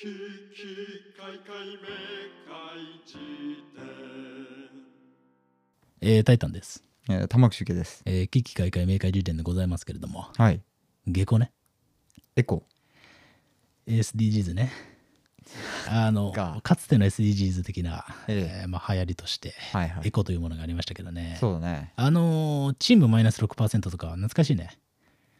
ききかいかいめかいじえータイタンです。えー、玉木周慶です。えー、危機開会明快時点でございますけれども、はい。下校ね、エコ SDGs ね。あの、がかつての SDGs 的な、ええーまあ、流行りとして、ー。はいはエい。コというものがありましたけどね。そうだね。あのーチームマイナス6%とかは懐かしいね。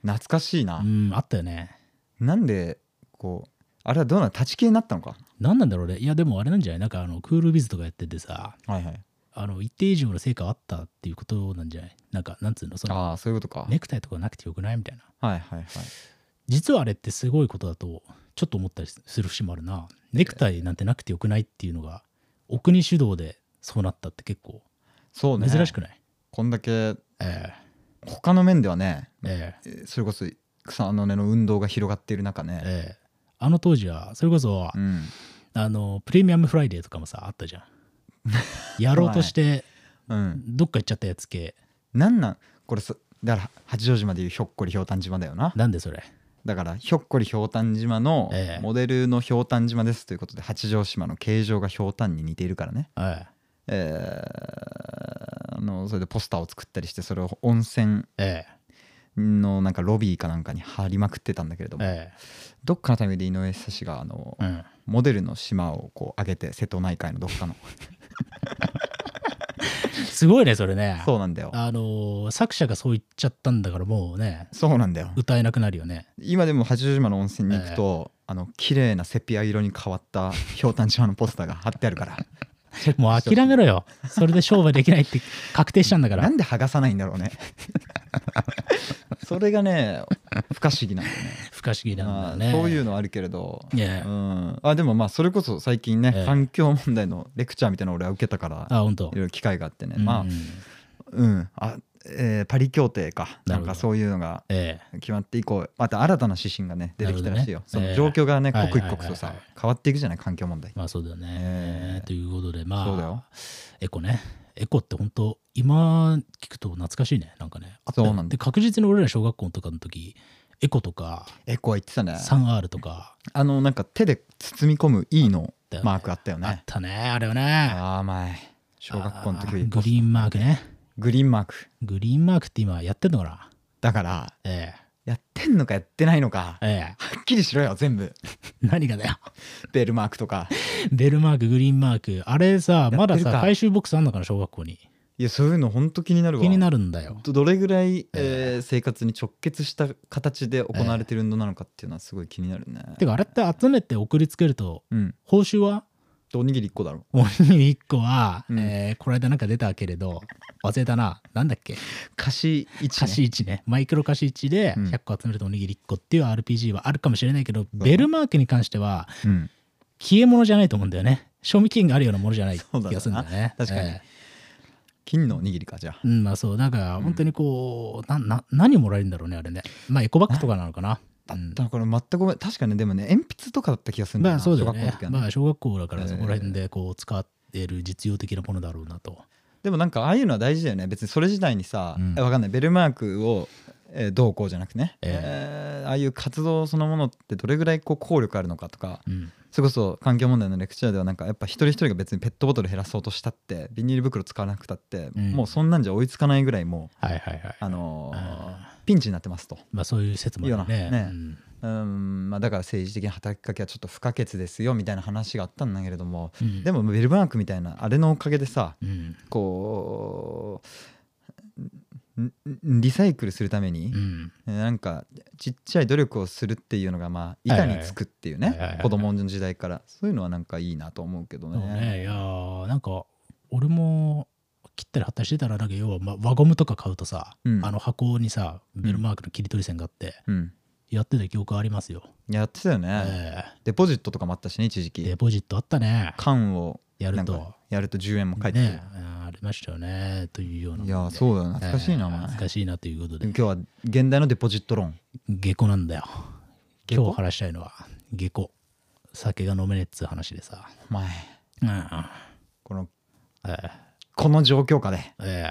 懐かしいうな。ん、あったよね。なんで、こう、あれはどうなの立ち消えになったのか。何なんだろうね。いや、でもあれなんじゃないなんかあの、クールビズとかやっててさ、はいはい。あの、一定以上の成果あったっていうことなんじゃないなんか、なんつうの、その、ああ、そういうことか。ネクタイとかなくてよくないみたいな。はいはいはい。実はあれってすごいことだとちょっと思ったりする節もあるなネクタイなんてなくてよくないっていうのがお国主導でそうなったって結構そうね。珍しくない、こんだけ、え他の面ではね、ええええーそれこそ草の根の運動が広がっている中ね。ええあの当時はそれこそ、うん。あのプレミアムフライデーとかもさあった じゃんやろうとしてうん。どっか行っちゃったやつ系なんなん、これさ、だから八丈島でいうひょっこりひょうたん島だよな。なんでそれだからひょっこりひょうたん島のええモデルのひょうたん島ですということで八丈島の形状がひょうたんに似ているからね。ええーあのそれでポスターを作ったりしてそれを温泉ええのなんかロビーかなんかに貼りまくってたんだけれどえも、えどっかのタイミングで井上久志があの、えう んモデルの島をこう上げて瀬戸内海のどっ かのすごいねそれねそうなんだよあの作者がそう言っちゃったんだからもうねそうなんだよ歌えなくなるよね今でも八丈島の温泉に行くと、あの綺麗なセピア色に変わったひょうたん島のポスターが貼ってあるから もう諦めろよ。それで商売できないって確定したんだから。なんで剥がさないんだろ うねそれがね不可思議なんだよね不可思議なんだあよね。ーそういうう。のあるけれどねえうん、あでもまあそれこそ最近ね、ええ環境問題のレクチャーみたいなのを俺は受けたからあ、本当い。ろいろ機会があってね、うんまあうんあ、えーパリ協定かななるほどんかそういうのがええ。決まって以降また新たな指針がね出てきたらしいなよ、るほそどねの状況がね、ええ刻一刻とさ、はいはいはい変わっていくじゃない環境問題、まあそうだよね。ええということで、まあ、そうだよエコね。エコって本当今聞くと懐かしいね。なんかね。あったよそうなんだで、確実に俺ら小学校とかの時、エコとか、エコは言ってたね 3R とか、あのなんか手で包み込む E のだよねマークあったよあっねたね、あれはね。ああ前小学校の時あーグリーンマークね。グリーンマークグリーンマークって今やってんのかなだからえやってんのかやってないのかえ。ええ。はっきりしろよ全部何がだよ。ベルマークとかベルマーク、グリーンマーク。あれさ、るかまださ、回収ボックスあんのかな、小学校に。いやそういうの本当気になるわ気になるんだよ。どどれぐらい、えー生活に直結した形で行われてる運動なのかっていうのはすごい気になるね、てか、あれって集めて送りつけると、うん報酬はおにぎり1個だろおにぎり1個は、うんえーこの間なんか出たけれど、忘れたな。なんだっけ菓子1、ね、菓子1ね。マイクロ菓子1でうん100個集めるとおにぎり1個っていう RPG はあるかもしれないけど、ベルマークに関しては、うん消え物じゃないと思うんだよね。賞味期限があるようなものじゃない気そうだながするんだよね。確かにえ金のおにぎりかじゃあーうん、まあそう、なんか本当にこう、なな何もらえるんだろうね、あれね。まあエコバッグとかなのかな。だうんったらこれ全くごめん確かにねでもね鉛筆とかだった気がするんだよまなあそうだよ小学ね校の時。はねまあ小学校だからえーそこら辺でこう使ってる実用的なものだろうなと。でもなんかああいうのは大事だよね別にそれ自体にさ、うんわかんないベルマークを、えーどうこうじゃなくね、ええーああいう活動そのものってどれぐらいこう効力あるのかとかうん。それこそ環境問題のレクチャーではなんかやっぱ一人一人が別にペットボトル減らそうとしたってビニール袋使わなくたって、うんもうそんなんじゃ追いつかないぐらいもう、はいはいはい。あのーあピンチになってますとまあそういう説もあるいいよなねね。うんうん、まあ、だから政治的な働きかけはちょっと不可欠ですよみたいな話があったんだけれども、うんでもベルマークみたいなあれのおかげでさうん。こうんんリサイクルするためにう、ん。なんかちっちゃい努力をするっていうのがまあ板につくっていうはいはいはいね子供の時代からそういうのはなんかいいなと思うけどそうね。ね。いやーなんか俺も切ったり貼ったりしてたらなんか要はま輪ゴムとか買うとさ、うんあの箱にさベルマークの切り取り線があってうん、やってた記憶ありますよ。やってたよね、えデポジットとかもあったしね一時え期デポジットあったね。缶をやなるんとか。やると10円も返ってくるね、あーありましたよねというようなもんいでやーそうだよ懐かしいな、ええお前懐かしいなということで今日は現代のデポジット論下戸なんだよ下戸今日話したいのは下戸酒が飲めねえっつう話でさお前うんうんこのええこの状況下でえ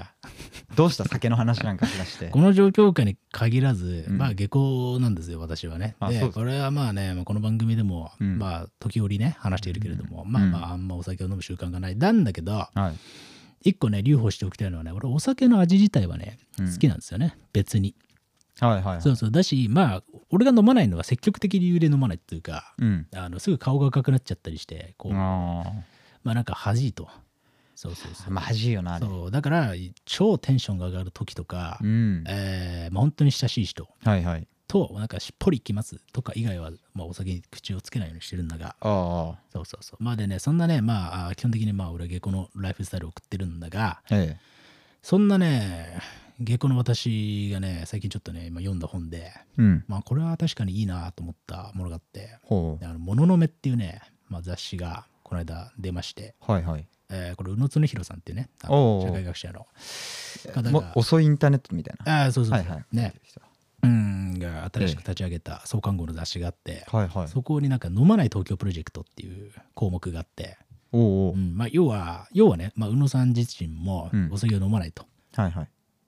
どうした酒の話なんかしだしえてこの状況下に限らず、うんまあ下校なんですよ私はねあそうでですこれはまあねまあこの番組でも、うんまあ時折ね話しているけれども、んまあうんまああんまお酒を飲む習慣がないなんだけどはい一個ね留保しておきたいのはね俺お酒の味自体はねうん好きなんですよね、別にはいはいはいそうそうだしまあ俺が飲まないのは積極的理由で飲まないっていうかうんあのすぐ顔が赤くなっちゃったりしてこう、あまあなんか恥じいとそうそうそあう,、マジよなあれそうだから超テンションが上がる時とか、うんえーまあ、本当に親しい人はいはいとなんかしっぽり行きますとか以外は、まあ、お酒に口をつけないようにしてるんだがああそうそうそうまあでねそんなねまああー基本的にまあ俺は下校のライフスタイルを送ってるんだがえそんなね下校の私がね最近ちょっとね今読んだ本でえうんまあこれは確かにいいなと思ったものがあってほ「あのもののめ」っていうね、まあ、雑誌がこの間出まして、うはいはいえーこれ宇野恒弘さんっていうねあのおうおう社会学者の方がも遅いインターネットみたいなああそうそうはそ、いうはいねうんが新しく立ち上げた創刊号の雑誌があって、はいはいそこになんか「飲まない東京プロジェクト」っていう項目があって、おうおううんまあ、要は要はね、まあ、宇野さん自身もうんお酒を飲まないと、はいはい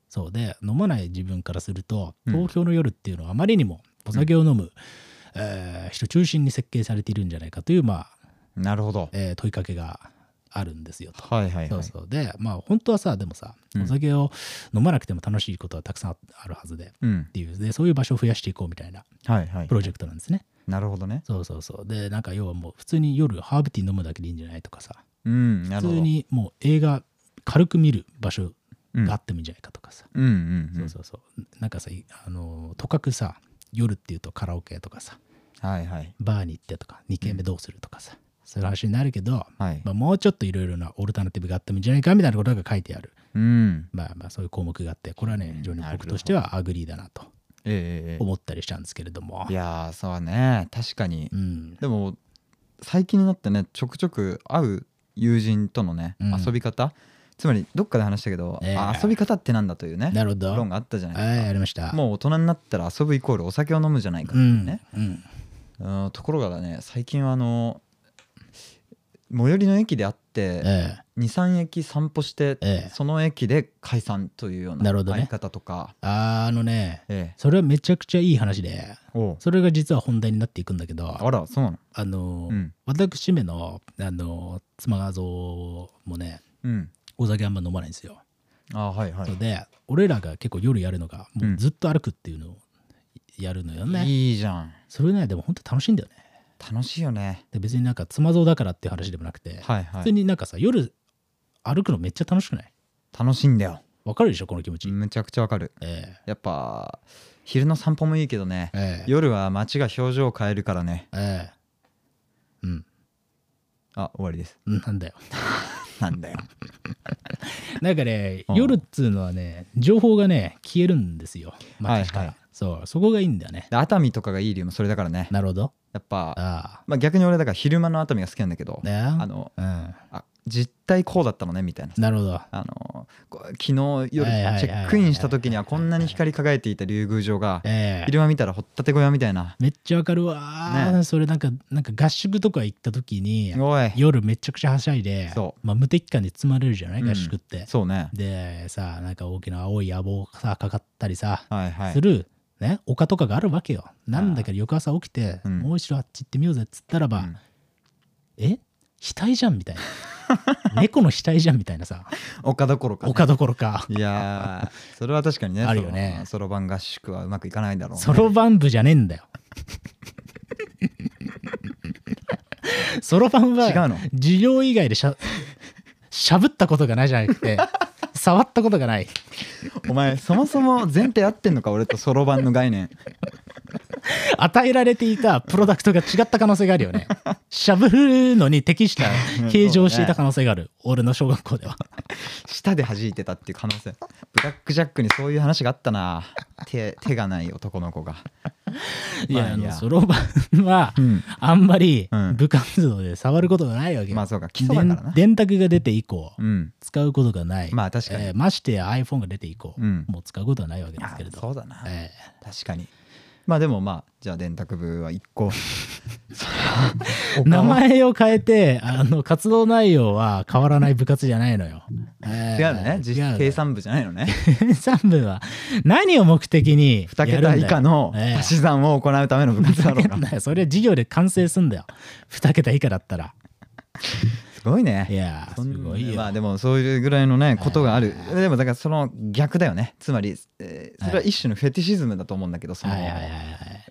そうで飲まない自分からするとうん東京の夜っていうのはあまりにもお酒を飲む、えー人中心に設計されているんじゃないかという、まあなるほどえー問いかけがあるんですよと。はいはいそはういそうでまあ本当はさでもさうんお酒を飲まなくても楽しいことはたくさんあるはずでっうんていうでそういう場所を増やしていこうみたいなはいはいプロジェクトなんですね。なるほどねそうそうそうでなんか要はもう普通に夜ハーブティー飲むだけでいいんじゃないとかさうんな普通るほどにもう映画軽く見る場所うんがあってもいいんじゃないかとかさ、うんうんうそんうそうそうなんかさあのとかくさ夜っていうとカラオケとかさはいはいバーに行ってとか2軒目どうするとかさ、そういう話になるけど、はいまあ、もうちょっといろいろなオルタナティブがあってもいいんじゃないかみたいなことが書いてあるうんまあまあそういう項目があってこれはねうん非常になるほ僕どとしてはアグリーだなとえええ思ったりしたんですけれどもえいやーそうね確かにうんでも最近になってねちょくちょく会う友人とのね、うん遊び方つまりどっかで話したけど、ええあ遊び方ってなんだというねなるほど論があったじゃないはいありましたもう大人になったら遊ぶイコールお酒を飲むじゃないかとういうんね、うんうんところがね最近はあの最寄りの駅であって、ええ23駅散歩して、ええその駅で解散というようななるほどね会い方とか、あーあのねええそれはめちゃくちゃいい話でおうそれが実は本題になっていくんだけどあらそうなのあの、うん私めのあの妻画像もねうんお酒あんま飲まないんですよ、あはいはいので俺らが結構夜やるのがもううんずっと歩くっていうのをやるのよね、いいじゃんそれねでも本当楽しいんだよね楽しいよねで別になんか妻像だからっていう話でもなくて、はいは普い通になんかさ夜歩くのめっちゃ楽しくない楽しいんだよわかるでしょこの気持ち、むちゃくちゃわかるえやっぱ昼の散歩もいいけどねえええ夜は街が表情を変えるからねええうんあ終わりですうんなんだよ なんだよなんかね、うん夜っつうのはね、情報がね、消えるんですよ。街から、はいはいそう、そこがいいんだよね。で熱海とかがいい理由もそれだからねなるほど。やっぱあまあ逆に俺だから昼間の熱海が好きなんだけどあ。ねあのうん。あ実態こうだったのねみたいななるほど。あのこ昨日夜チはいはいはいはいェックインした時にはこんなに光り輝いていた竜宮城がええ昼間見たらほったて小屋みたいなめっちゃわかるわ、ねそれなんか、なんか合宿とか行った時に、おい夜めちゃくちゃはしゃいで、そまあ、無敵感で積まれるじゃないうん合宿って。そうねで、さ、なんか大きな青い野望がさ、かかったりさ、はいはすいる、ね、丘とかがあるわけよ。なんだけど、翌朝起きて、うんもう一度あっち行ってみようぜっつったらば、うんえ額じゃんみたいな 猫の額じゃんみたいな さ丘どころかね丘どころかいや ーそれは確かにねあるよねそろばん合宿はうまくいかないだろうね、ソロバン部じゃねえんだ よソロバン違はうの授業以外でしゃ しゃぶったことがないじゃなくて触ったことがないお前そもそも前提合ってんのか俺とそろばんの概念 与えられていたプロダクトが違った可能性がある よねしゃぶるのに適した形状をしていた可能性がある、俺の小学校では舌で弾いてたっていう可能性ブラックジャックにそういう話があったな手手がない男の子がいや,、まあいいやあのソロバンはうんあんまりうん部活動で触ることがないわけよ、まあそうか基礎だからなでん電卓が出て以降、うん使うことがない。まあ確かにえーましてや iPhone が出て以降、うんもう使うことはないわけですけれあそど。うだなえ確かにーまあでもまあじゃあ電卓部は一個その名前を変えてあの活動内容は変わらない部活じゃないのよ。え 違ーうのね実違うの計算部じゃないのね計算部は何を目的に2桁以下のやるんだよええ足し算を行うための部活だろうやるがんだよそれは授業で完成すんだよ。2桁以下だったら。すごいねいやーそんすごいよ。まあでもそういうぐらいのねことがある、でもだからその逆だよねつまり、えーそれは一種のフェティシズムだと思うんだけどその、はいはいはいは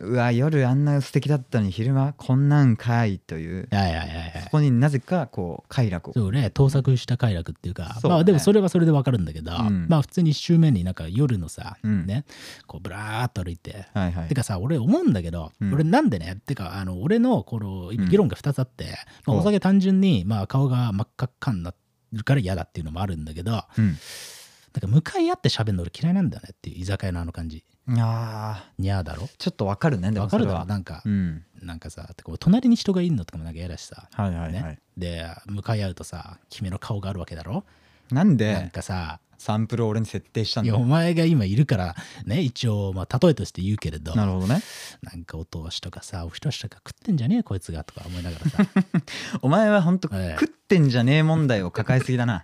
うわ夜あんな素敵だったのに昼間こんなんかいというい。はいはいはいはいそこになぜかこう快楽をそうね盗作した快楽っていうかそうだねまあでもそれはそれでわかるんだけど、うんまあ普通に1周目になんか夜のさ、うんねこうブラーっと歩いて。はいはいてかさ俺思うんだけど、うん俺なんでねてかあの俺のこの今うん議論が2つあって、まあおお酒単純にまあ顔が真っ赤っかになるから嫌だっていうのもあるんだけどなんうんか向かい合って喋るの俺嫌いなんだよねっていう居酒屋のあの感じあーにゃーだろちょっとわかるねでわもかそれるだろはなんか、うんなんかさてか隣に人がいるのとかもなんか嫌だしさはいはいはい、ねで向かい合うとさ決めの顔があるわけだろなんなんでかさサンプルを俺に設定したんいだやお前が今いるからね一応まあ例えとして言うけれどなるほどねなんかお通しとかさおひとしとか食ってんじゃねえこいつがとか思いなが らさお前はほんとええ食ってんじゃねえ問題を抱えすぎだ な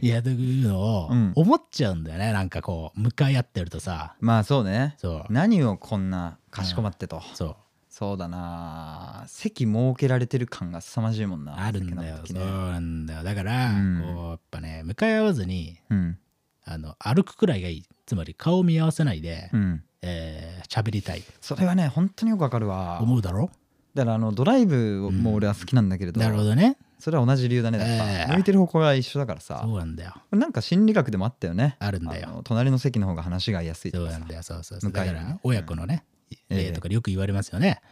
いやというのをうん思っちゃうんだよね、なんかこう向かい合ってるとさまあそうねそう何をこんなかしこまってと、そうそうだな席設けられてる感が凄まじいもんなあるんだよ、酒そう飲む時ねなんだよだから、うんこうやっぱね向かい合わずにうんあの歩くくらいがいいつまり顔を見合わせないで喋、うんえー喋りたいそれはね本当によくわかるわ思うだろだからあのドライブも俺は好きなんだけれど,、なるほどねそれは同じ理由だねやっぱええ向いてる方向が一緒だからさそうなんだよなんか心理学でもあったよねあるんだよあの隣の席の方が話が安いそとうかなさんだよ、そうそうそう。向かだいかのねら、親子のね、うん例とかでよく言われますよね。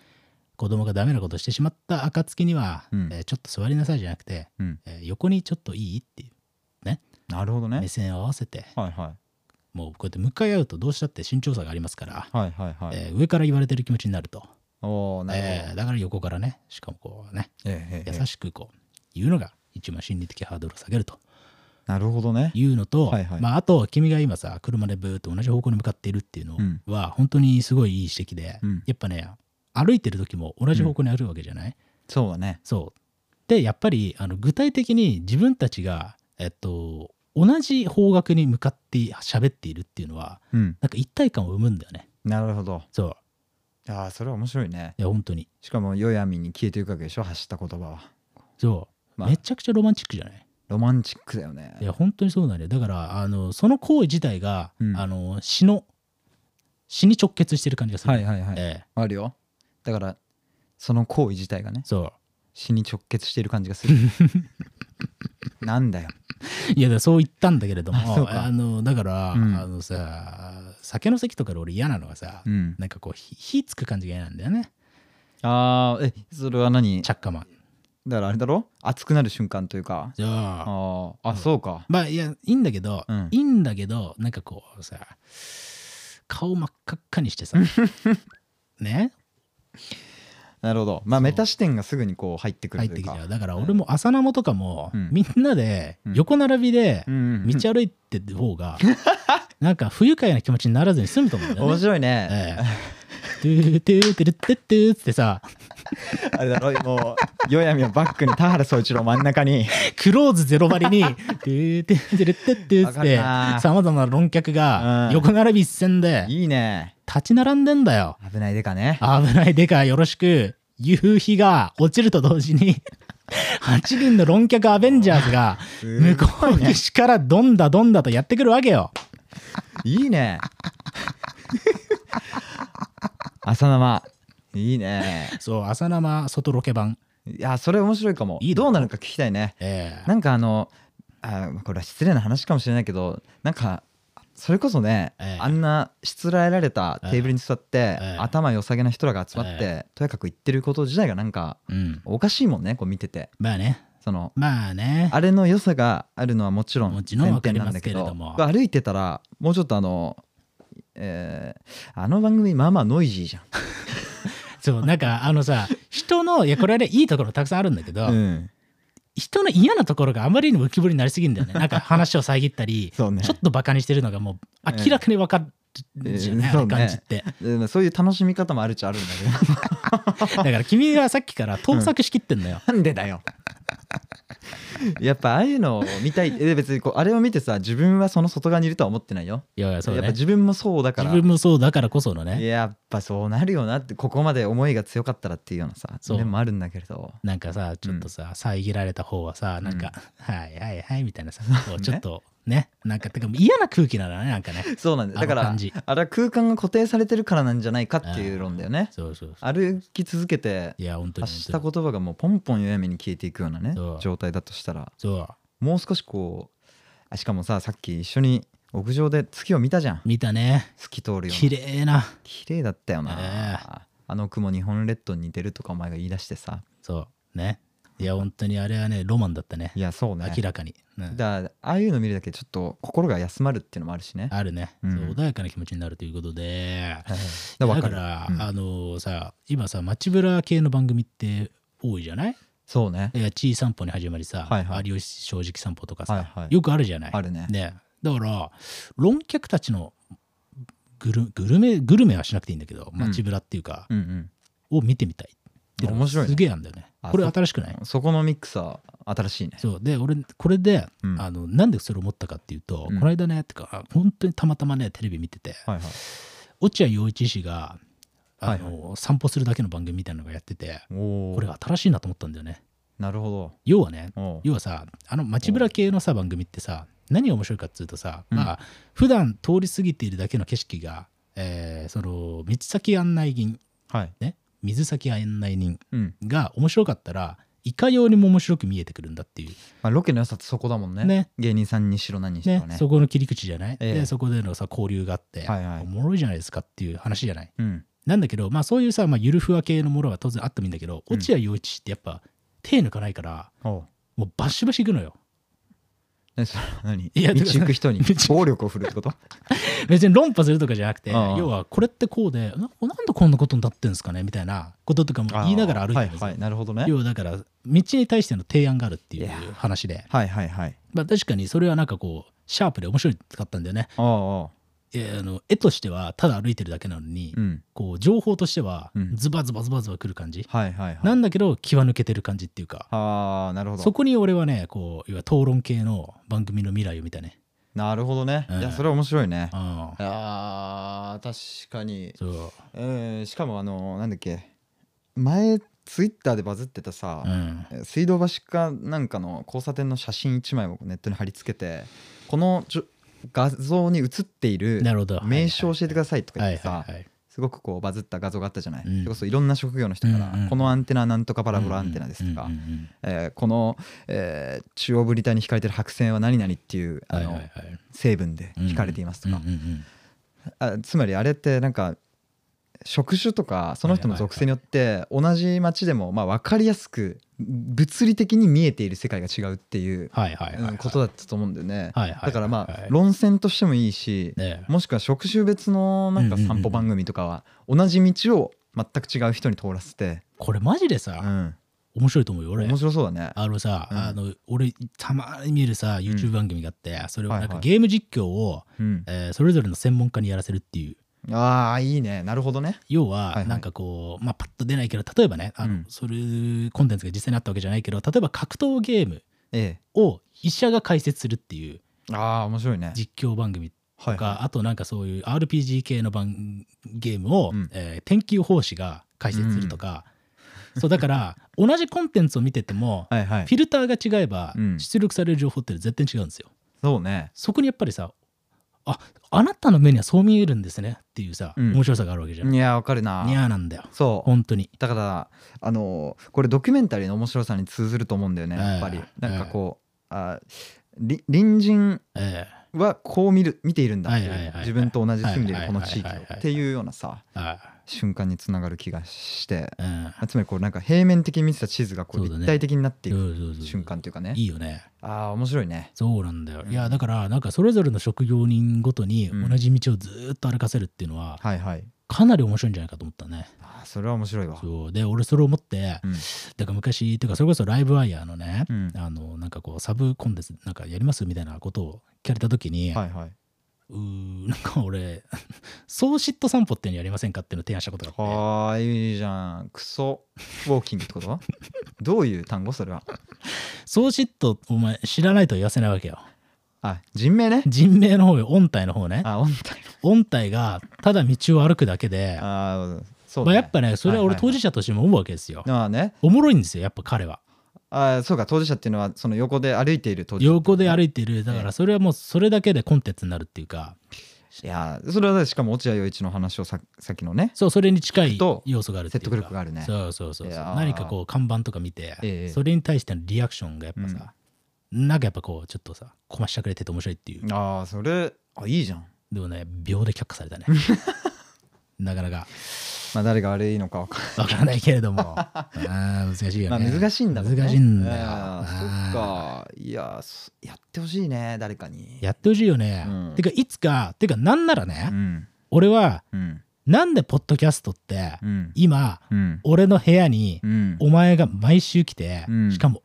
子供がダメなことしてしまった暁には、うんえーちょっと座りなさいじゃなくて、うんえー横にちょっといいっていう、なるほどね目線を合わせて、はいはいもうこうやって向かい合うとどうしたって身長差がありますから、はいはいはい、えー上から言われてる気持ちになると。おおなるほど、えーだから横からね、しかもこうね、ええええええ優しくこう、言うのが一番心理的ハードルを下げるとなるほどねいうのと、はいはいまあ、あと君が今さ車でブーっと同じ方向に向かっているっていうのうんは本当にすごいいい指摘で、うんやっぱね歩いてる時も同じ方向にあるわけじゃない、そうだねそうでやっぱりあの具体的に自分たちがえっと同じ方角に向かって喋っているっていうのはうんなんか一体感を生むんだよねなるほどそうああそれは面白いねいや本当にしかも夜闇に消えていくわけでしょ走った言葉はそう、まあめちゃくちゃロマンチックじゃないロマンチックだよねいや本当にそうなんだよだからあのその行為自体が、うんあの詩の詩に直結してる感じがする、はいはいはい、ええあるよだからその行為自体がねそう死に直結している感じ がするなんだよいやだからそう言ったんだけれどあそうもかあのだから、うんあのさ酒の席とかで俺嫌なのがさ、うんなんかこう火火つく感じが嫌なんだよねあーえそれは何着火マンだからあれだろ熱くなる瞬間というかじゃああーあそうかまあいやいいんだけど、うんいいんだけどなんかこうさ顔真っ赤っかにしてさ ねなるほどまあそうメタ視点がすぐにこう入ってく入るっといてうきかちゃうだから俺も朝生とかも、うんみんなでうん横並びでうんうんうん道歩いてる方 が、なんか不愉快な気持ちにならずに済むと思うんだよね面白いね、ええ。トゥートゥートゥルッテットゥーっつってさ、あれだろもう夜闇をバックに田原総一郎真ん 中にクローズゼロ張り に、トゥートゥートゥルッテットゥーっつわっかるて、なさまざまな論客がうん横並び一線でいいね立ち並んでんだよ。危ないでかね危ないでかよろしく、夕日が落ちると同時に、8人の論客アベンジャーズが、すごいね向こう岸からどんだどんだとやってくるわけよ。いいね 朝生いいねそう、朝生外ロケ版。いやそれ面白いかもいいだろどうなるか聞きたいねええなんかあのあこれは失礼な話かもしれないけどなんかそれこそね、ええあんなしつらえられたテーブルに座って、ええ頭良さげな人らが集まって、とやかく言ってること自体がなんかうん。おかしいもんねこう見ててまあね。そのまあね。あれの良さがあるのはもちろんもちろん前提なんだわかりますけれど歩いてたらもうちょっとあの、えーあの番組まあまあノイジーじゃそう、なんかあのさ、人の、いや、これはね、いいところたくさんあるんだけど、ん、うん、人の嫌なところがあまりに も浮き彫りになりすぎんだよね。なんか話を遮ったり、そうねちょっとバカにしてるのがもう明らかに分かじゃない、えーそうね感じって。うんそういう楽しみ方もあるっちゃあるんだけど だから君はさっきから盗作しきってんのよ。なんでだよ やっぱああいうのを見たいえ別にこうあれを見てさ自分はその外側にいるとは思ってないよ、いやいや、そうやっね。ぱ自自分もそうだから分もそうだからこそのね。やっぱそうなるよなってここまで思いが強かったらっていうようなさそう面もあるんだけれどなんかさちょっとさ、遮られた方はさなんか、はいはいはいみたい なさ、こうちょっとねなんかてか嫌な空気なのねなんかねそうなんだよだかあのら感じあれは空間が固定されてるからなんじゃないかっていう論だよねそうそうそ歩き続けてういや本当に発した本当に言葉がもうポンポン弱めに消えていくようなねそう状態だとしたらそうもう少しこうあしかもささっき一緒に屋上で月を見たじゃん見たね透き通るよう綺な麗な綺麗だったよな、あの雲日本列島に似てるとかお前が言い出してさそうねいや本当にあれはねロマンだったねいやそうね明らかに、うんだからああいうの見るだけでちょっと心が休まるっていうのもあるしねあるね、うんそう穏やかな気持ちになるということではいはいだだからかわからるうんあのさ今さ街ブラ系の番組って多いじゃないそうねいや「ちい散歩」に始まりさ「はいはい有吉正直散歩」とかさ、はいはいよくあるじゃないあるねだから論客たちのグルグルメグルメはしなくていいんだけど街ブラっていうか、うんうんを見てみたいっていうのが面白いねすげえあんだよねあこれそう新しくないそこのミックスは新しいねそうで俺これで、うんあのなんでそれ思ったかっていうと、うんこの間ねてかあ本当にたまたまねテレビ見ててはいはい落合陽一氏があの、は散歩するだけの番組みたいなのがやってておおこれ新しいなと思ったんだよねなるほ要はねどおう要はさあの街ぶら系のさ番組ってさ何が面白いかっつうとさ、うんまあ普段通り過ぎているだけの景色が、えーその道先案内人はいね水先案内人うんが面白かったらいかようにも面白く見えてくるんだっていうまあロケの良さってそこだもんねね芸人さんにしろ何にしねろねそこの切り口じゃない、ええでそこでのさ交流があって、はいはいおもろいじゃないですかっていう話じゃないうんなんだけどまあそういうさ、まあ、ゆるふわ系のものは当然あってもいいんだけどうん落合陽一ってやっぱ手抜かないからおうもうバシバシ行くのよねそれ何 いや道行く人にだから暴力を振るってこと別に論破するとかじゃなくてああ要はこれってこうでななんでこんなことになってんですかねみたいなこととかも 言いながら歩いてはるいんですよ、はいなるほどね要はだから道に対しての提案があるっていいうや話で、はいはいはいまあ、確かにそれはなんかこうシャープで面白かったんだよね、おうおえーあの絵としてはただ歩いてるだけなのに、ううんこう情報としてはうんズバズバズバズバくる感じ、はいはいはいなんだけど気は抜けてる感じっていうかああなるほどそこに俺はねこう要は討論系の番組の未来を見たねなるほどね、うんいやそれは面白いねあああー確かに、そううん、しかもあのなんだっけ前ツイッターでバズってたさう、んえー水道橋かなんかの交差点の写真1枚をネットに貼り付けてこのじょ画像に写っているなるほど名称を教えてくださいとかは言いってさはいはいすごくこうバズった画像があったじゃない、うんそれこそいろんな職業の人かうんうんらこのアンテナなんとかパパラボラアンテナですとかうんうんうんえーこのえー中央分離帯に引かれてる白線は何々っていうあはいはいのはい成分で引かれていますとかうんうんうんあつまりあれってなんか職種とかその人の属性によって同じ町でもまあ分かりやすく物理的に見えている世界が違うっていうはいはいはいはういんことだったと思うんだよね。はいはいはいだからまはいあ論戦としてもいいしねもしくは職種別のなんか散歩番組とかは同じ道を全く違う人に通らせて、これマジでうさん、面白いと思うよ俺面白そうだね。あのさうんあの俺たまに見るさ YouTube 番組があってそれをなんはいかはいゲーム実況をうん、えーそれぞれの専門家にやらせるっていうああいいねなるほどね。要はいははいなんかこうまあパッと出ないけど例えばねあうのんそういうコンテンツが実際にあったわけじゃないけど例えば格闘ゲームえを医者が解説するっていうえ、ああ面白いね。実況番組はといはいかあとなんかそういう RPG 系の番ゲームをうんえー天気予報士が解説するとかそうだから 同じコンテンツを見ててもはいはいフィルターが違えばうん出力される情報って絶対違うんですよ。そうね。そこにやっぱりさああなたの目にはそう見えるんですねっていうさ、うん面白さがあるわけじゃん。いやわかるな。にゃーなんだよそう。本当に。だからあのこれドキュメンタリーの面白さに通ずると思うんだよねええやっぱり、なんかこう、あり隣人えはこう見る見ているんだっていう、はいはいはいはい自分と同じ住んでいるこの地域はいはいはいはいをっていうようなさえあ瞬間につながる気がしてあうんあつまりこうなんか平面的に見てた地図がこうそうだね立体的になっていそくうそうそう瞬間というかねいいよね。ああ面白いねそうなんだよ。うんいやだからなんかそれぞれの職業人ごとにうん同じ道をずーっと歩かせるっていうのははいはいかなり面白いんじゃないかと思ったね。あーそれは面白いわそうで俺それを思ってうんだから昔てかそれこそライブワイヤーのね、うんあのなんかこうサブコンテンツなんかやりますみたいなことを聞かれた時に、はいはいうーなんか俺 「ソーシット散歩」っていうのやりませんかっていうのを提案したことがあってはーいいじゃんクソウォーキングってことどういう単語それはソーシットお前知らないと言わせないわけよあ人名ね人名の方よ音体の方ねあ音体音体がただ道を歩くだけであーそうまだ、あ、ね、やっぱねそれは俺はいはい当はい事者としても思うわけですよ、まあねおもろいんですよやっぱ彼はあーそうか当事者っていうのはその横で歩いている当事者横で歩いてるだからそれはもうそれだけでコンテンツになるっていうかいやーそれはねしかも落合陽一の話をささっきのねそうそれに近いと要素があるっていうか説得力があるねそうそうそういそうやー何かこう看板とか見て、ええそれに対してのリアクションがやっぱさ、なんかやっぱこうちょっとさこましたくれてて面白いっていう、ああそれあいいじゃんでもね秒で却下されたね なかなかまあ誰が悪いのかわかんわからないけれども あー難しいよない、ね、まあ、難しいんだもんね難しいんだよいやあーーそっかいやーそやってほしいね誰かにやってほしいよね、うんてかいつかてかなんならね、うん俺はうんなんでポッドキャストって、うん今うん俺の部屋にうんお前が毎週来て、うんしかも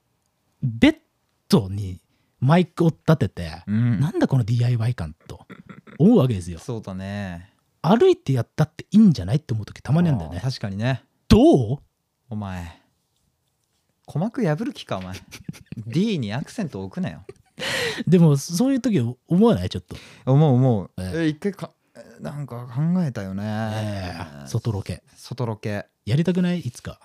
ベッドにマイクを立てて、うんなんだこの DIY 感と思うわけですよそうだね歩いてやったっていいんじゃないって思う時たまにあるんだよあーね確かにねどうお前鼓膜破る気かお 前 D にアクセント置くなよでもそういう時思わないちょっと、思う思う、ええ一回かえなんか考えたよね、えー外ロケ外ロケやりたくないいつか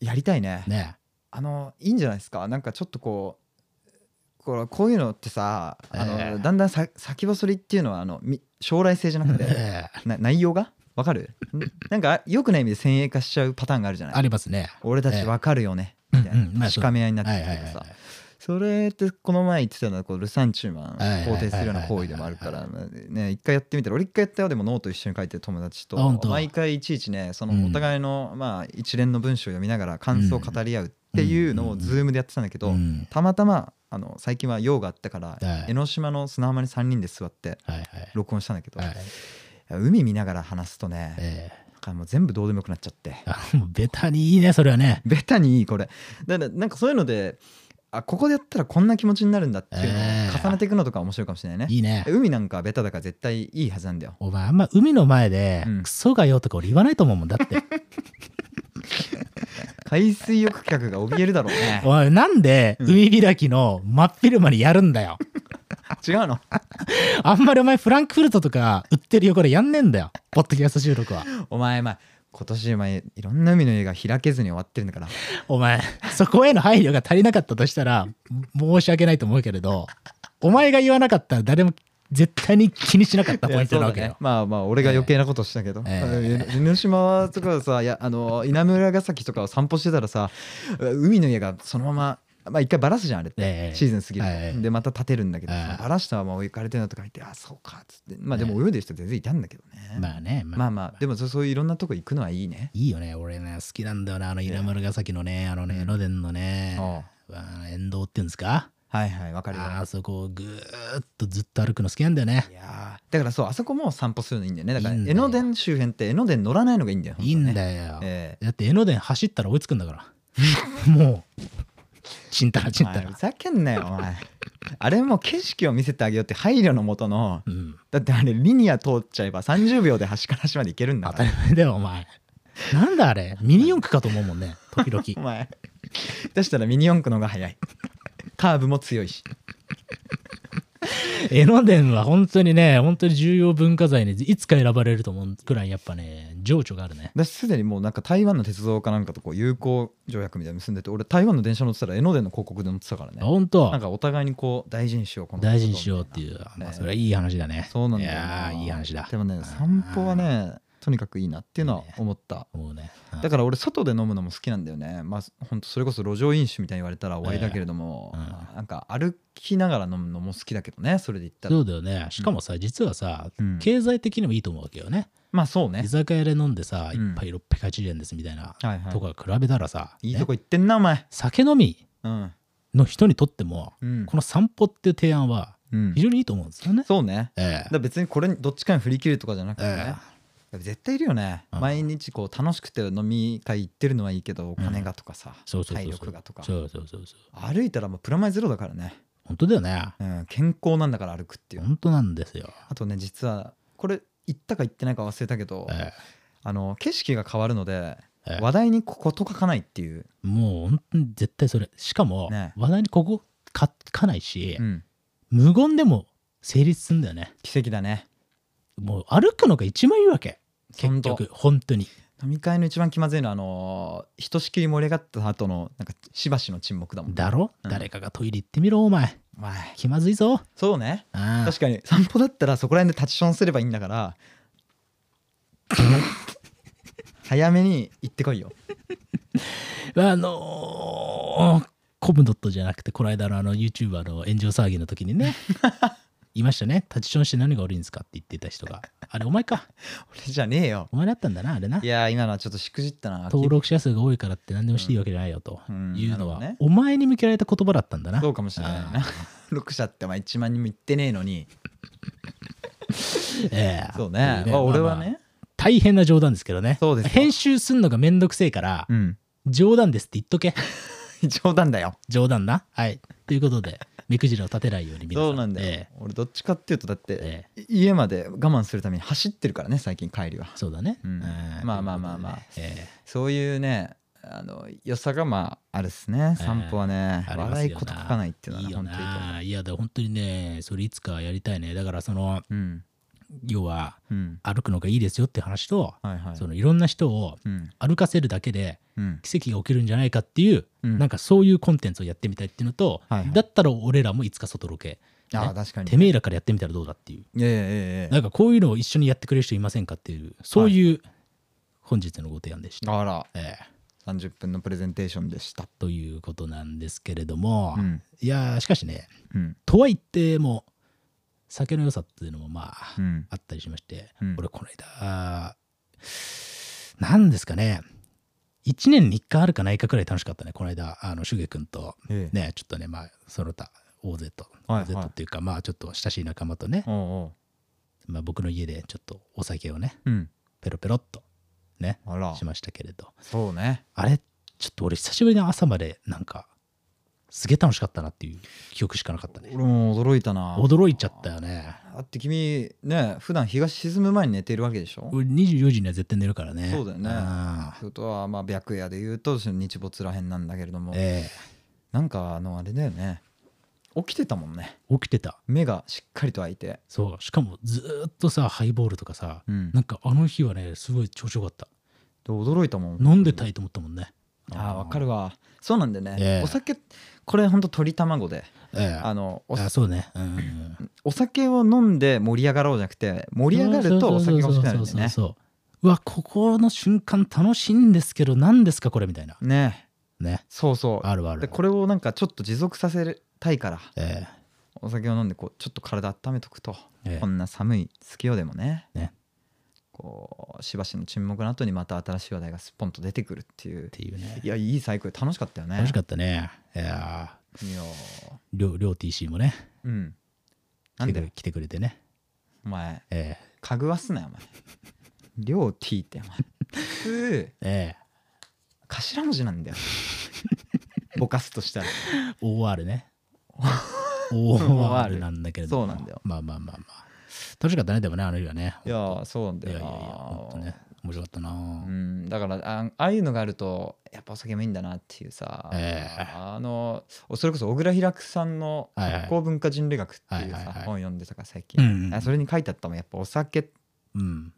やりたいねねあのいいんじゃないですかなんかちょっとこうこれこういうのってさあの、ええだんだんさ先細りっていうのはあのみ将来性じゃな くてええな内容がわかるんなんかよくない意味で先鋭化しちゃうパターンがあるじゃないありますね俺たちわかるよね、ええみたいな、うんうんまあそう確かめ合いになってはるいはいけはいどはいさそれってこの前言ってたのはこうルサンチューマンを肯定するような行為でもあるからね一回やってみたら俺一回やったよでもノート一緒に書いてる友達とあ本当毎回いちいちねそうんのお互いのまあ一連の文章を読みながら感想を語り合うっていうのうをんズームでやってたんだけどうんたまたまあの最近は用があったからはい江ノ島の砂浜に3人で座ってはいはい録音したんだけどはい海見ながら話すとねええなんかもう全部どうでもよくなっちゃって。あもうベタにいいねそれはねベタにいいこれだからなんかそういうのであここでやったらこんな気持ちになるんだっていうのをええ重ねていくのとか面白いかもしれないね、いいね海なんかベタだから絶対いいはずなんだよお前あんま海の前でうんクソがよとか俺言わないと思うもんだって 海水浴企画が怯えるだろ うねおいなんで海開きの真っ昼間にやるんだよ違うのあんまりお前フランクフルトとか売ってるよこれやんねえんだよポッドキャスト収録はお前まあ今年お前いろんな海の家が開けずに終わってるんだからお前そこへの配慮が足りなかったとしたら申し訳ないと思うけれどお前が言わなかったら誰も絶対に気にしなかったポイントなわけいやよそうだねまあまあ俺が余計なことしたけど、ええ江ノ島とかさいやあの稲村ヶ崎とかを散歩してたらさ海の家がそのまま。まあ一回バラすじゃんあれって、ええシーズン過ぎると、ええでまた立てるんだけど、ええバラしたまま追いかれてるのとか言ってあそうかっつってまあでも泳いでる人全然いたんだけどね、まあ、まあねまあまあでもそうそういういろんなとこ行くのはいいね、いいよね俺ね好きなんだよなあの稲村ヶ崎のねあのねうんロデンのねおうあの沿道っていうんですかはいはいわかるよあそこをぐーっとずっと歩くの好きなんだよねいやーだからそうあそこも散歩するのいいんだよねだからいいんだ江よノ電周辺って江ノ電乗らないのがいいんだよ、いいんよ、だよ、ええだって江ノ電走ったら追いつくんだ からもうちんたらちんおた前らふざけんなよお前あれも景色を見せてあげようって配慮のもとのうんだってあれリニア通っちゃえば30秒で端から端まで行けるんだ当たかりら前だよお前なんだあれミニ四駆かと思うも んね時々お前出したらミニ四駆の方が早いカーブも強いし江ノ電は本当にね本当に重要文化財にいつか選ばれると思うくらいやっぱね情緒があるねだしすでにもうなんか台湾の鉄道かなんかとこう友好条約みたいなの結んでて俺台湾の電車乗ってたら江ノ電の広告で乗ってたからね本なん当かお互いにこう大事にしようこの大事にしようっていうねまあそれはいい話だねそうなんいだよなやーいい話だでもね散歩はねとにかくいいなっていうのは思ったもうねうんだから俺外で飲むのも好きなんだよねまあ本当それこそ路上飲酒みたいに言われたら終わりだけれども、うんなんか歩きながら飲むのも好きだけどねそれで言ったらそうだよねしかもさ実はさうん経済的にもいいと思うわけよねまあそう居ね酒屋で飲んでさうん一杯680円ですみたいなはいはとか比べたらさいいいねとこ行ってんなお前酒飲みうんの人にとってもうんこの散歩っていう提案はうん非常にいいと思うんですよね。そうねえだから別にこれにどっちかに振り切るとかじゃなくてね、ええやっぱ絶対いるよね、うん毎日こう楽しくて飲み会行ってるのはいいけどお金がとかさ、そうそうそうそう体力がとかそうそうそうそう。歩いたらもうプラマイゼロだからね本当だよね。うん、健康なんだから歩くっていう本当なんですよ。あとね実はこれ行ったか行ってないか忘れたけど、えあの景色が変わるので、ええ話題にここと書かないっていう、えもう本当に絶対それ。しかも、ね話題にここ書かないし、うん、無言でも成立するんだよね。奇跡だねもう歩くのが一番いいわけ。結本当局、本当に。飲み会の一番気まずいのはあのーひとしきり盛り上がった後のなんかしばしの沈黙だもんだろ、うん誰かがトイレ行ってみろ、お前。まあ気まずいぞ。そうねああ確かに散歩だったらそこら辺で立ちションすればいいんだから早めに行ってこいよあのーコムドットじゃなくて、この間のあの YouTuber の炎上騒ぎの時に ね、いましたね。立ちションして何が悪いんですかって言ってた人 が。あれ、お前か。俺じゃねえよお前だったんだな、あれな。いやー今のはちょっとしくじったな登録者数が多いからって何でもしていいわけじゃないよとうんいうのは、うんなるお前に向けられた言葉だったんだな。そうかもしれないあな6社ってお前1万人も行ってねえのにーええそうね、というまあ、俺はまあまあね、大変な冗談ですけどね。そうですよ編集すんのがめんどくせえから、うん冗談ですって言っとけ。冗談だよ冗談な。はい。ということで、目くじらを立てないように皆さん。そうなんだよ、ええ俺どっちかっていうとだって、え家まで我慢するために走ってるからね最近帰りはそうだね。うんええまあまあまあまあということでねえそういうねあの良さがまああるっすねえ散歩はね、えありますよな笑いこと書かないっていうのえいはいねよ本当にいいと思うな。いやだ、本当にね、それいつかやりたいね。だから、その、うん要は、うん歩くのがいいですよって話と、はいはいそのいろんな人をうん歩かせるだけでうん奇跡が起きるんじゃないかっていう、うんなんかそういうコンテンツをやってみたいっていうのと、はいはいだったら俺らもいつか外ロケ、ああね確かにてめえらからやってみたらどうだっていう、いやいやいやいなんかこういうのを一緒にやってくれる人いませんかっていうそういう本日のご提案でした。やあらええ30分のプレゼンテーションでしたということなんですけれども、うんいやーしかしねうんとはいっても酒の良さっていうのもまあ、うんあったりしまして、うん俺この間何ですかね1年に1回あるかないかくらい楽しかったねこの間あのシュゲ君とええねちょっとねまあその他大勢とはい大はい勢とっていうか、まあちょっと親しい仲間とね、おうおまあ、僕の家でちょっとお酒をねううんペロペロっとねあらしましたけれどそうねあれちょっと俺久しぶりに朝までなんかすげえ楽しかったなっていう記憶しかなかったね俺も驚いたな驚いちゃったよねだって君ね普段日が沈む前に寝てるわけでしょ俺24時には絶対寝るからねそうだよねあってことはまあ白夜で言うとその日没らへんなんだけれどーも、えなんかあのあれだよね起きてたもんねえ起きてた目がしっかりと開いてそうしかもずーっとさハイボールとかさ、うんなんかあの日はねすごい調子よかったで驚いたもん飲んでたいと思ったもんねあーわかるわわそうなんでね、ええお酒これほんと鶏卵でええあのおあそうね、うんうん、お酒を飲んで盛り上がろうじゃなくて盛り上がるとお酒が欲しくなるんそうそうそでうねそううわここの瞬間楽しいんですけど何ですかこれみたいなねねそうそうあるあでるこれをなんかちょっと持続させたいからええお酒を飲んでこうちょっと体温めとくと、ええこんな寒い月夜でもねねこうしばしの沈黙の後にまた新しい話題がすっぽんと出てくるっていうっていうねいやいい最高楽しかったよね楽しかったねいやいやーー両両 TC もねうんな来んてくで来てくれてねお前ええかぐわすなよお前両 T ってお前普通え頭文字なんだよぼかす としたらえ OR ね OR なんだけれどもそうなんだよまあまあまあまあ楽しかったねでもねあの日はねいやーそうなんいだやいよやいなやほんとね面白かったなうん、だからあああいうのがあるとやっぱお酒もいいんだなっていうさ、ええあのそれこそ小倉平久さんの「はいはい発酵文化人類学」っていうさ、はいはいはい本読んでたから最う近、んあそれに書いてあったもんやっぱお酒っうん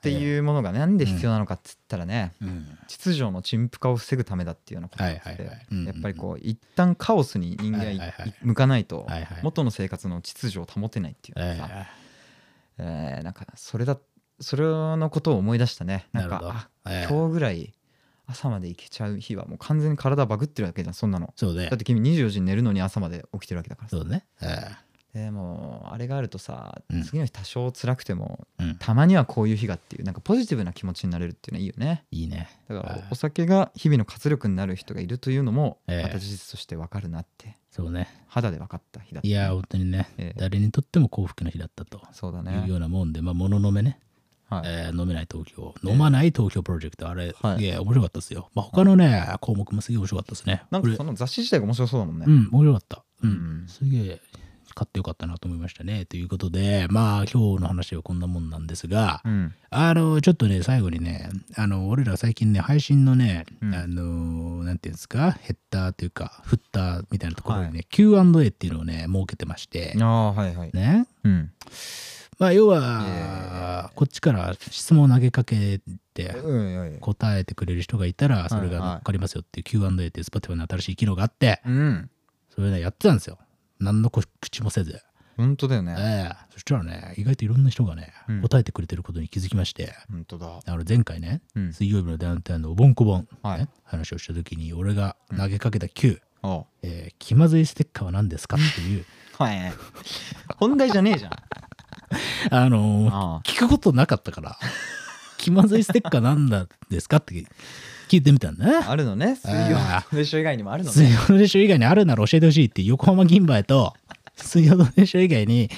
ていうものがなんで必要なのかっつったらね、うん秩序の陳腐化を防ぐためだっていうようなことはいはいではいうんうんうんやっぱりこう一旦カオスに人間ははいはいはい向かないとはいはい元の生活の秩序を保てないっていうえかさ、えーなんかそれだそれのことを思い出したねなんなるかほどあええ今日ぐらい朝まで行けちゃう日はもう完全に体バグってるわけじゃんそんなのえそうでだって君24時に寝るのに朝まで起きてるわけだからさそうだねえでもうあれがあるとさうん次の日多少辛くてもえうんたまにはこういう日がっていうなんかポジティブな気持ちになれるっていうのはいいよねいいねだからえおえ酒が日々の活力になる人がいるというのもええまた事実として分かるなってそうね肌で分かった日だったいやー本当にねええ誰にとっても幸福な日だったとそうだいうねようなもんでまあもののめねはいえー飲めない東京、飲まない東京プロジェクト、あれ、はいいや、面白かったですよ。まあ、他のね、項目もすげえ面白かったですね。なんこかれその雑誌自体が面白そうだもんねうん、面白かった。うん、すげえ買ってよかったなと思いましたね。ということで、まあ今日の話はこんなもんなんですが、うんあの、ちょっとね、最後にね、あの、俺ら最近ね、配信のね、うんあの、なんていうんですか、ヘッダーというか、フッターみたいなところにね、は Q&A っていうのをね、設けてまして、ああはいはい、ね、うんまあ要いやいは、こっちから質問を投げかけて、うんはいはい答えてくれる人がいたら、それがはいはい乗っかりますよっていう Q&A っていうスパティファの新しい機能があって、うんそれね、やってたんですよ。何のこ口もせず。本当だよねええそしたらね、意外といろんな人がね、うん答えてくれてることに気づきまして、本当だあの前回ね、うん水曜日のダウンタウンのおぼんこぼん、ねはい話をした時に、俺が投げかけた Q、おうえー気まずいステッカーは何ですかって いう、はい本題じゃねえじゃんあのーああ聞くことなかった から、気まずいステッカーなんだですかって聞いてみたんだね。あるのね水曜あのショー以外にもあるの 水ね曜のでしょ以外にあるなら教えてほしいって横浜銀杯 と水曜のでしょ以外に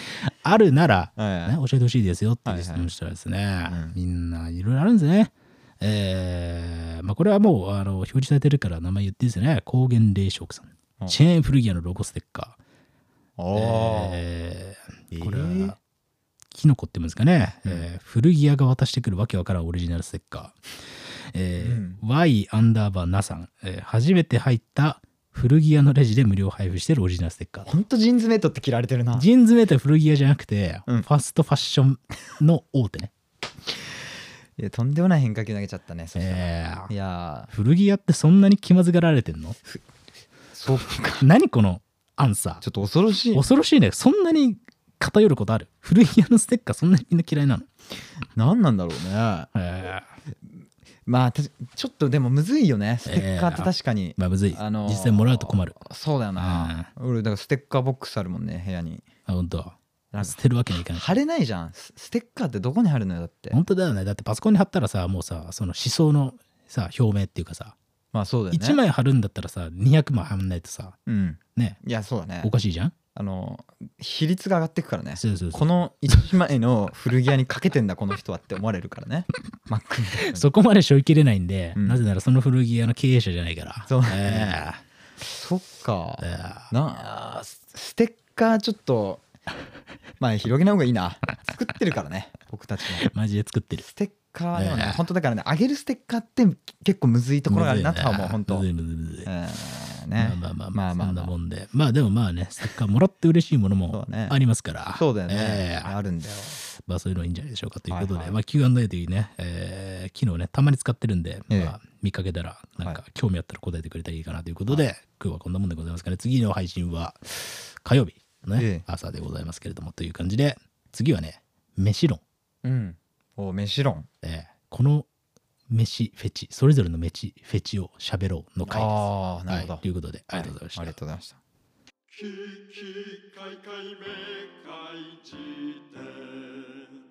あるなら、ねえ、教えてほしいですよってはいはい質問したらですね、うんみんないろいろあるんですね。えーまあ、これはもうあの表示されてるから名前言っていいですね。高原霊食さうんん。チェーン古着屋のロゴステッカおー。おーええーーこれは、キノコって言うんですかね、うんえー古着屋が渡してくるわけわからんオリジナルステッカー。えー Y アンダーバーナさん、えー初めて入った古着屋のレジで無料配布してるオリジナルステッカー。ほんとジーンズメイトって切られてるなジーンズメーター古着屋じゃなくて、うんファストファッションの大手ね。いやとんでもない変化球投げちゃったねそしたらえーいや古着屋ってそんなに気まずがられてんのーそうか何このアンサちょっと恐ろしーい恐ろしいねそんなに偏ることある古着屋のステッカーそんなにみんな嫌いなの何なんだろうねえーまあたちょっとでもむずいよねステッカーって確かに、まあむずい、あのー実際もらうと困るそうだよな、俺だからステッカーボックスあるもんね部屋にあ本当なんか捨てるわけにいかない貼れないじゃんスステッカーってどこに貼るのよだって本当だよねだってパソコンに貼ったらさもうさその思想のさ表明っていうかさ、まあそうだよね1枚貼るんだったらさ200枚貼んないとさうんねいやそうだねおかしいじゃんあの比率が上がってくからねそうそうそこの1枚の古着屋にかけてんだこの人はって思われるから ねマックみたいなうそこまで背負いきれないんで、うんなぜならその古着屋の経営者じゃないからそうえそっ かーえーなあスステッカーちょっと まあ広げない方がいいな作ってるからね 僕たちもマジで作ってるステッカーでもね、ええ本当だからね、あげるステッカーって結構むずいところがあるなとは思う、本当。むずいえむずいむずいーねまあまあままあまああ、まそあんなまもんで。まあでもまあね、せっかくもらって嬉しいものそもうだねありますからあ。そうだよね、ええあるんだよ。まあそういうのいいんじゃないでしょうかということで、はいはいまあ Q&A というね、えー機能ね、たまに使ってるんで、ええまあ見かけたら、なんか興味あったら答えてくれたらいいかなということで、今日はこんなもんでございますかね。次の配信は火曜日のね、ええ朝でございますけれども、という感じで、次はね、飯論。うん。お飯論。ええこの飯フェチ、それぞれの飯フェチを喋ろうの回です。ああ、なるほど、はい、ということで、ありがとうございました。ありがとうございました。キキカイカイめかい辞典